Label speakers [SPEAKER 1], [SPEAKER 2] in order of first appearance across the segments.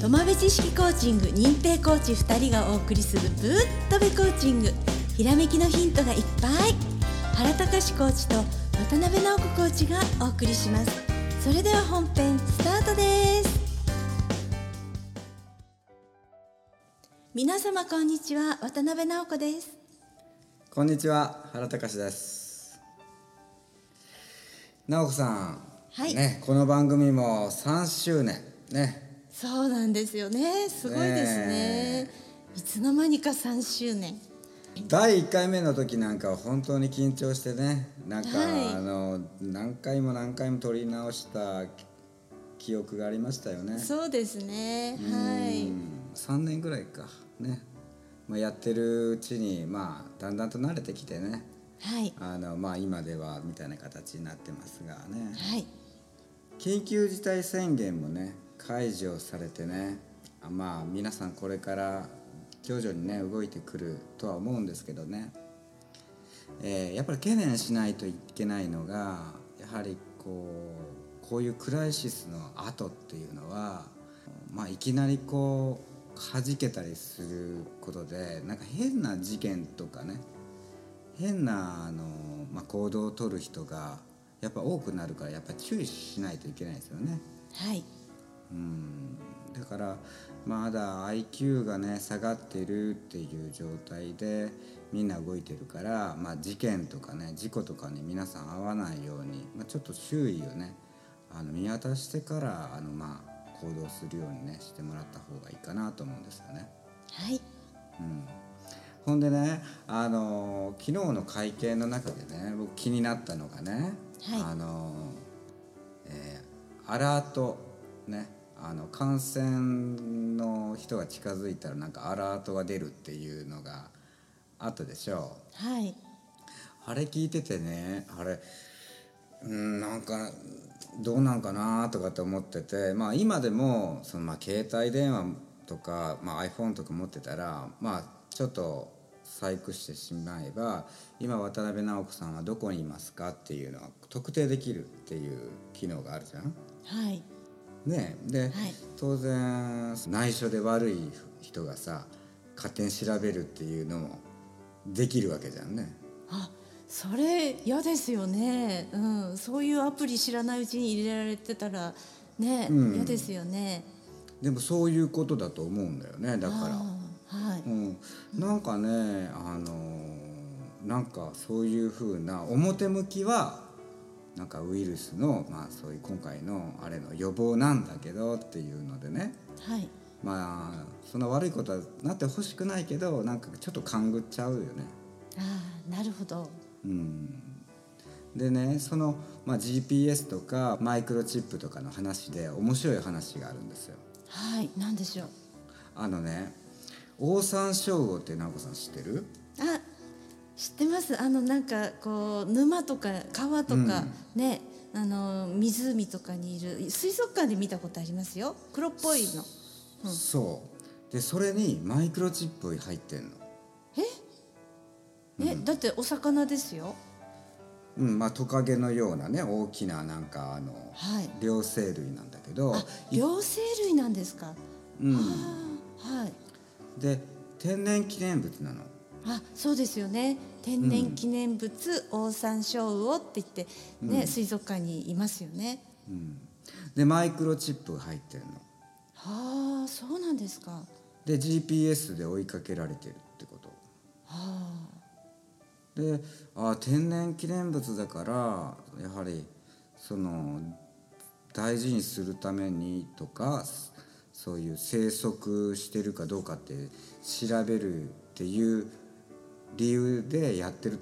[SPEAKER 1] 友部知識コーチング認定コーチ2人がお送りするぶっとべコーチングひらめきのヒントがいっぱい原隆コーチと渡辺直子コーチがお送りしますそれでは本編スタートです皆様こんにちは渡辺直子です
[SPEAKER 2] こんにちは原隆です。直子さん、
[SPEAKER 1] はい
[SPEAKER 2] ねこの番組も3周年ね
[SPEAKER 1] そうなんですよねすごいですね
[SPEAKER 2] ね
[SPEAKER 1] いつの間にか3周年
[SPEAKER 2] 第1回目の時なんかは本当に緊張してねなんか、
[SPEAKER 1] はい
[SPEAKER 2] あの何回も何回も撮り直した記記憶がありましたよね。
[SPEAKER 1] そうですねはい
[SPEAKER 2] 3年ぐらいかね、まあ、やってるうちにまあだんだんと慣れてきてね
[SPEAKER 1] はい
[SPEAKER 2] あのまあ今ではみたいな形になってますがね。
[SPEAKER 1] はい
[SPEAKER 2] 緊急事態宣言もね解除されてねあまあ皆さんこれから徐々にね動いてくるとは思うんですけどね、えーやっぱり懸念しないといけないのがやはりこうこういうクライシスの後っていうのは、まあ、いきなりこう弾けたりすることでなんか変な事件とかね変なあの、まあ、行動を取る人がやっぱ多くなるからやっぱ注意しないといけないですよね。
[SPEAKER 1] はい
[SPEAKER 2] うんだからまだ IQ がね下がってるっていう状態でみんな動いてるから、まあ、事件とかね事故とかに皆さん遭わないように、まあ、ちょっと周囲をねあの見渡してからあの、まあ、行動するようにねしてもらった方がいいかなと思うんですよね。
[SPEAKER 1] はい
[SPEAKER 2] ほんでね、あの昨日の会見の中でね僕気になったのがね、
[SPEAKER 1] はい
[SPEAKER 2] あのえーアラートねあの感染の人が近づいたらなんかアラートが出るっていうのがあったでしょう
[SPEAKER 1] はい
[SPEAKER 2] あれ聞いててねあれうんなんかどうなんかなとかって思ってて、まあ、今でもそのまあ携帯電話とか、まあ、iPhone とか持ってたら、まあ、ちょっと細工してしまえば今渡辺直子さんはどこにいますかっていうのは特定できるっていう機能があるじゃん。
[SPEAKER 1] はい
[SPEAKER 2] ねで、当然内緒で悪い人がさ勝手に調べるっていうのもできるわけじゃんね。
[SPEAKER 1] あそれ嫌ですよね、うん、そういうアプリ知らないうちに入れられてたらね嫌、
[SPEAKER 2] うん
[SPEAKER 1] ですよね
[SPEAKER 2] でもそういうことだと思うんだよねだから。
[SPEAKER 1] あーはい、
[SPEAKER 2] うん、なんかねあのーなんかそういうふうな表向きはなんかウイルスの、まあ、そういう今回のあれの予防なんだけどっていうのでね
[SPEAKER 1] はい
[SPEAKER 2] まあそんな悪いことはなってほしくないけどなんかちょっと勘ぐっちゃうよね。
[SPEAKER 1] ああなるほど
[SPEAKER 2] うんでねその、まあ、GPS とかマイクロチップとかの話で面白い話があるんですよ。
[SPEAKER 1] はいなんでしょう
[SPEAKER 2] あのねオオサンショウウオって直子さん知ってる
[SPEAKER 1] あ知ってますあのなんかこう沼とか川とか、ねあの湖とかにいる水族館で見たことありますよ黒っぽいの
[SPEAKER 2] そうでそれにマイクロチップ入ってんの
[SPEAKER 1] え、ねだってお魚ですよ
[SPEAKER 2] うんまあトカゲのようなね大きななんかあの、
[SPEAKER 1] はい
[SPEAKER 2] 両生類なんだけど
[SPEAKER 1] あ両生類なんですか、
[SPEAKER 2] うん、
[SPEAKER 1] あーはい
[SPEAKER 2] で天然記念物なの
[SPEAKER 1] あそうですよね天然記念物オオサンショウウオって言って、ね水族館にいますよね。
[SPEAKER 2] でマイクロチップ入ってるの
[SPEAKER 1] はあそうなんですか。は
[SPEAKER 2] で GPS で追いかけられてるってこと
[SPEAKER 1] あ
[SPEAKER 2] であ天然記念物だからやはりその大事にするためにとかそういう生息してるかどうかって調べるっていう理由でやってる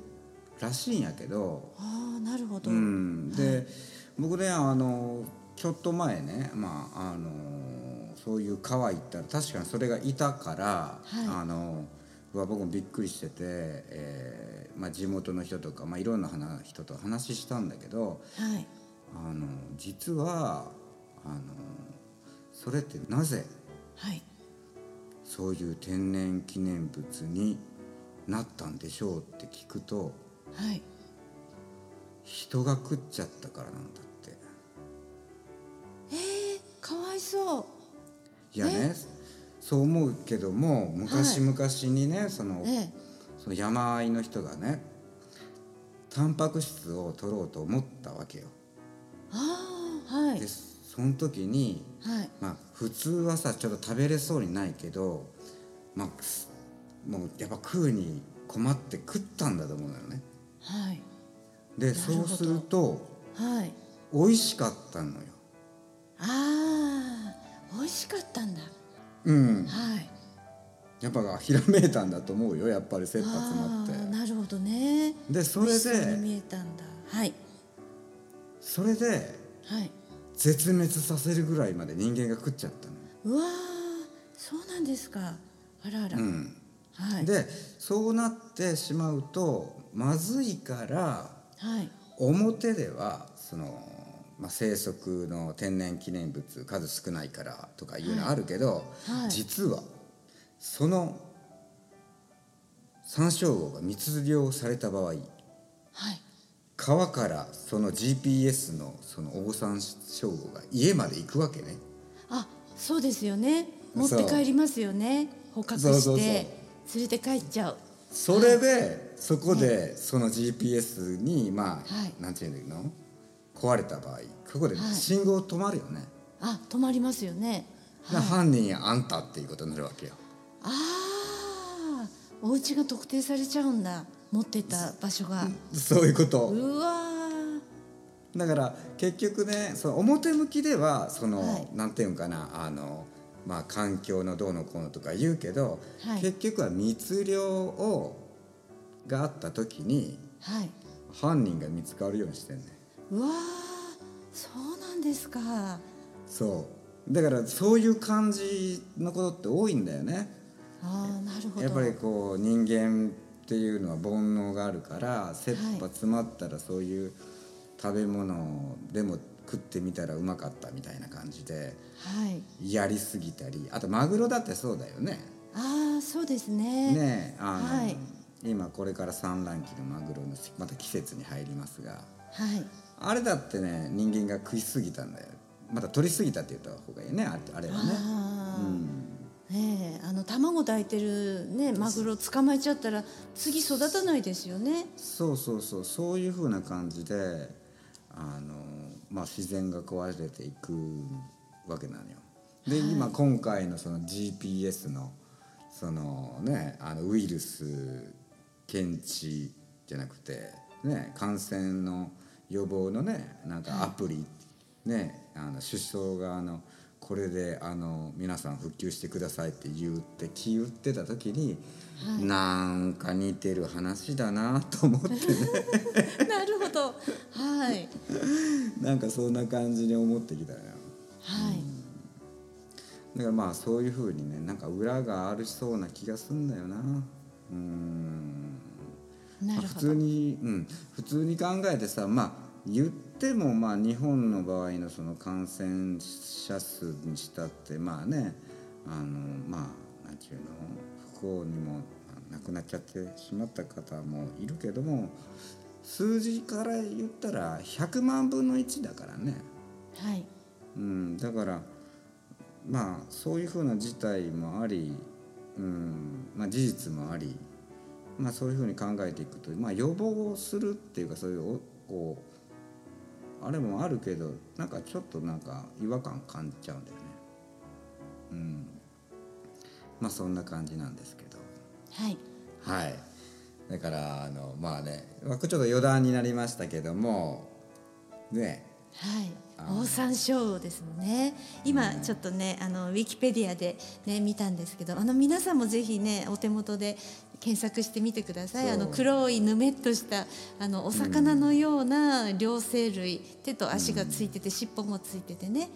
[SPEAKER 2] らしいんやけど、
[SPEAKER 1] ああなるほど。
[SPEAKER 2] うん、で僕ねあのちょっと前ね、まあ、あのそういう川行ったら確かにそれがいたから、
[SPEAKER 1] はい
[SPEAKER 2] あのうわ僕もびっくりしてて、えーまあ、地元の人とか、まあ、いろんな話人と話したんだけど
[SPEAKER 1] はい。
[SPEAKER 2] あの実はあのそれってなぜ
[SPEAKER 1] はい。
[SPEAKER 2] そういう天然記念物になったんでしょうって聞くと
[SPEAKER 1] はい。
[SPEAKER 2] 人が食っちゃったからなんだって。
[SPEAKER 1] えー、かわいそう。
[SPEAKER 2] いやねそう思うけども昔々にね、その
[SPEAKER 1] ええ
[SPEAKER 2] その山あいの人がねタンパク質を取ろうと思ったわけよ。
[SPEAKER 1] ああはい
[SPEAKER 2] でその時に、
[SPEAKER 1] はい
[SPEAKER 2] まあ、普通はさちょっと食べれそうにないけど、まあ、もうやっぱ食うに困って食ったんだと思うのよね。
[SPEAKER 1] はい
[SPEAKER 2] で
[SPEAKER 1] なる
[SPEAKER 2] そ
[SPEAKER 1] ほ
[SPEAKER 2] う
[SPEAKER 1] ど
[SPEAKER 2] すると
[SPEAKER 1] はい
[SPEAKER 2] 美味しかったのよ。
[SPEAKER 1] ああ美味しかったんだ
[SPEAKER 2] うん、
[SPEAKER 1] はい
[SPEAKER 2] やっぱひらめいたんだと思うよやっぱり切羽詰ま
[SPEAKER 1] あ
[SPEAKER 2] って
[SPEAKER 1] あ。なるほどね
[SPEAKER 2] でそれ
[SPEAKER 1] 美味しそうに
[SPEAKER 2] で
[SPEAKER 1] 見えたんだはい
[SPEAKER 2] それで
[SPEAKER 1] はい
[SPEAKER 2] 絶滅させるぐらいまで人間が食っちゃったの。
[SPEAKER 1] うわーそうなんですかあらあら、
[SPEAKER 2] うん、
[SPEAKER 1] はい
[SPEAKER 2] でそうなってしまうとまずいから
[SPEAKER 1] はい
[SPEAKER 2] 表ではその、まあ、生息の天然記念物数少ないからとかいうのあるけど、
[SPEAKER 1] はいはい
[SPEAKER 2] 実はそのサンショウウオが密漁された場合
[SPEAKER 1] はい
[SPEAKER 2] 川からその GPS のそのオオサンショウウオが家まで行くわけね。
[SPEAKER 1] あそうですよね持っ
[SPEAKER 2] そう
[SPEAKER 1] て帰りますよね捕獲して
[SPEAKER 2] そうそうそう
[SPEAKER 1] 連れて帰っちゃう
[SPEAKER 2] それでそこでその GPS にまあ、
[SPEAKER 1] はい
[SPEAKER 2] なんていうの壊れた場合ここで
[SPEAKER 1] はい
[SPEAKER 2] 信号止まるよね、
[SPEAKER 1] あ止まりますよね
[SPEAKER 2] で犯人あんたっていうことになるわけよ
[SPEAKER 1] ああお家が特定されちゃうんだ持ってた場所が
[SPEAKER 2] そういうこと、
[SPEAKER 1] うわー
[SPEAKER 2] だから結局ねその表向きではその、
[SPEAKER 1] はい
[SPEAKER 2] なんていうんかなあのまあ環境のどうのこうのとか言うけど、
[SPEAKER 1] はい
[SPEAKER 2] 結局は密漁をがあった時に
[SPEAKER 1] はい
[SPEAKER 2] 犯人が見つかるようにしてんね
[SPEAKER 1] うわーそうなんですかあ
[SPEAKER 2] そうだからそういう感じのことって多いんだよね
[SPEAKER 1] あなるほど
[SPEAKER 2] やっぱりこう人間っていうのは煩悩があるから切羽詰まったらそういう食べ物でも食ってみたらうまかったみたいな感じで
[SPEAKER 1] はい
[SPEAKER 2] やりすぎたりあとマグロだってそうだよね。
[SPEAKER 1] ああそうですね
[SPEAKER 2] ねえあの、
[SPEAKER 1] はい
[SPEAKER 2] 今これから産卵期のマグロのまた季節に入りますが
[SPEAKER 1] はい
[SPEAKER 2] あれだってね人間が食いすぎたんだよまた取りすぎたって言った方がいいねああれはね。
[SPEAKER 1] あーねえあの卵抱いてるねマグロ捕まえちゃったら次育たないですよ ね。
[SPEAKER 2] そうそうそうそういうふうな感じであの、まあ、自然が壊れていくわけなのよ。で、今今回のその GPS のそのねあのウイルス検知じゃなくて、ね、感染の予防のねなんかアプリ、ね、あの首相があのこれであの皆さん復旧してくださいって言って気打ってた時に、なんか似てる話だなと思ってね
[SPEAKER 1] なるほど。はい
[SPEAKER 2] なんかそんな感じに思ってきたよ。
[SPEAKER 1] はい。
[SPEAKER 2] だからまあそういうふうにねなんか裏があるそうな気がすんだよなうん
[SPEAKER 1] な
[SPEAKER 2] まあ
[SPEAKER 1] る
[SPEAKER 2] 普
[SPEAKER 1] ほ
[SPEAKER 2] 通
[SPEAKER 1] ど。
[SPEAKER 2] に、うん、普通に考えてさまあ言ってもまあ日本の場合のその感染者数にしたってまあねあのまあなんていうの不幸にもまあ亡くなっちゃってしまった方もいるけども数字から言ったら100万分の1だからね。
[SPEAKER 1] はい
[SPEAKER 2] うん、だからまあそういうふうな事態もあり、うんまあ、事実もあり、まあ、そういうふうに考えていくと、まあ、予防をするっていうかそういうおこうあれもあるけどなんかちょっとなんか違和感感じちゃうんだよね。うん、まあそんな感じなんですけど。
[SPEAKER 1] はい
[SPEAKER 2] はい。だからあのまあね、まあちょっと余談になりましたけども、ね、
[SPEAKER 1] はい
[SPEAKER 2] あ。ー
[SPEAKER 1] オオサンショウウオですもんね。今ちょっとねあのウィキペディアでね見たんですけど、あの皆さんもぜひねお手元で検索してみてください。
[SPEAKER 2] そう
[SPEAKER 1] あの黒いぬめっとしたあのお魚のような両生類、手と足がついてて尻尾もついててね。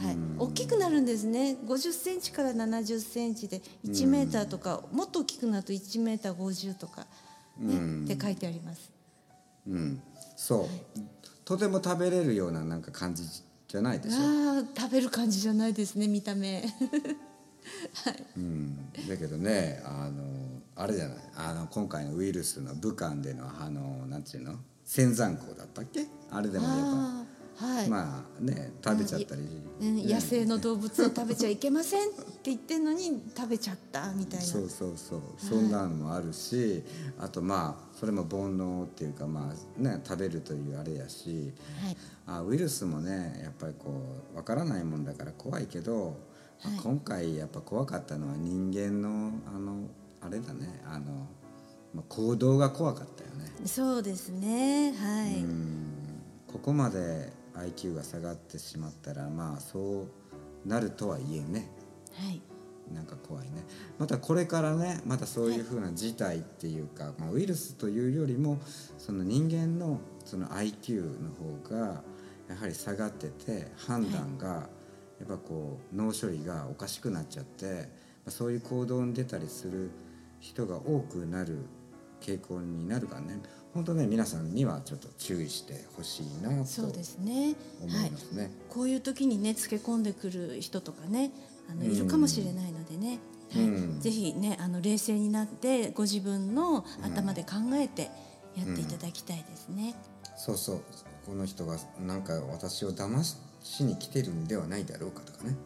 [SPEAKER 1] はい、大きくなるんですね50センチから70センチで1メーターとか、もっと大きくなると1メーター50とか、ねって書いてあります
[SPEAKER 2] うん、そう、とても食べれるようななんか感じじゃないでしょ。
[SPEAKER 1] あー食べる感じじゃないですね見た目
[SPEAKER 2] うん、だけどね、あのあれじゃない、あの今回のウイルスの武漢でのあのなんていうの、仙山港だったっけ？あれでもやっぱ
[SPEAKER 1] あはい
[SPEAKER 2] まあね食べちゃったり、
[SPEAKER 1] うん、野生の
[SPEAKER 2] ね
[SPEAKER 1] 動物を食べちゃいけませんって言ってんのに食べちゃったみたいな
[SPEAKER 2] そうそうそう、そんなのもあるしあとまあそれも煩悩っていうかまあね食べるというあれやし
[SPEAKER 1] はい
[SPEAKER 2] あウイルスもねやっぱりこうわからないもんだから怖いけど、まあ
[SPEAKER 1] はい
[SPEAKER 2] 今回やっぱ怖かったのは人間のあのあれだねあの、まあ、行動が怖かったよね。
[SPEAKER 1] そうですねはい、
[SPEAKER 2] うんここまで IQ が下がってしまったらまあそうなるとはいえね
[SPEAKER 1] はい
[SPEAKER 2] なんか怖いねまたこれからねまたそういうふうな事態っていうか、まあ、ウイルスというよりもその人間のその IQ の方がやはり下がってて判断が、やっぱこう脳処理がおかしくなっちゃって、まあ、そういう行動に出たりする人が多くなる傾向になるからね本当ね皆さんにはちょっと注意してほしいなと思います
[SPEAKER 1] そ
[SPEAKER 2] ね
[SPEAKER 1] うですねはいこういう時にねつけ込んでくる人とかねあの
[SPEAKER 2] うん
[SPEAKER 1] いるかもしれないのでね、はい
[SPEAKER 2] うん
[SPEAKER 1] ぜひねあの冷静になってご自分の頭で考えてやっていただきたいですね。
[SPEAKER 2] そうそうこの人がなんか私を騙しに来てるんではないだろうかとかね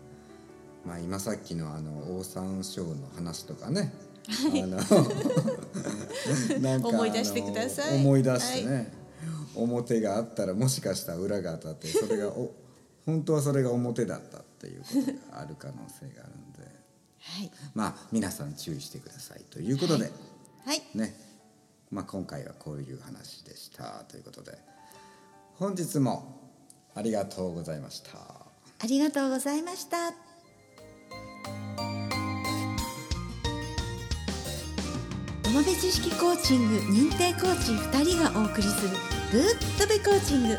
[SPEAKER 2] まあ今さっきのあのオオサンショウの話とかね、あ のなんかあの
[SPEAKER 1] 思い出してください
[SPEAKER 2] 思い出してね、表があったらもしかしたら裏があったってそれがお本当はそれが表だったっていうことがある可能性があるんで
[SPEAKER 1] はい、
[SPEAKER 2] まあ皆さん注意してくださいということで。
[SPEAKER 1] はい、
[SPEAKER 2] ね、まあ、今回はこういう話でしたということで本日もありがとうございました。
[SPEAKER 1] ありがとうございました。浜辺知識コーチング認定コーチ2人がお送りするぶっとべコーチング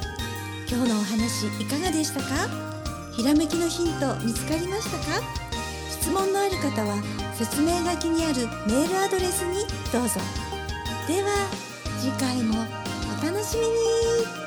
[SPEAKER 1] 今日のお話いかがでしたかひらめきのヒント見つかりましたか質問のある方は説明書きにあるメールアドレスにどうぞでは次回もお楽しみに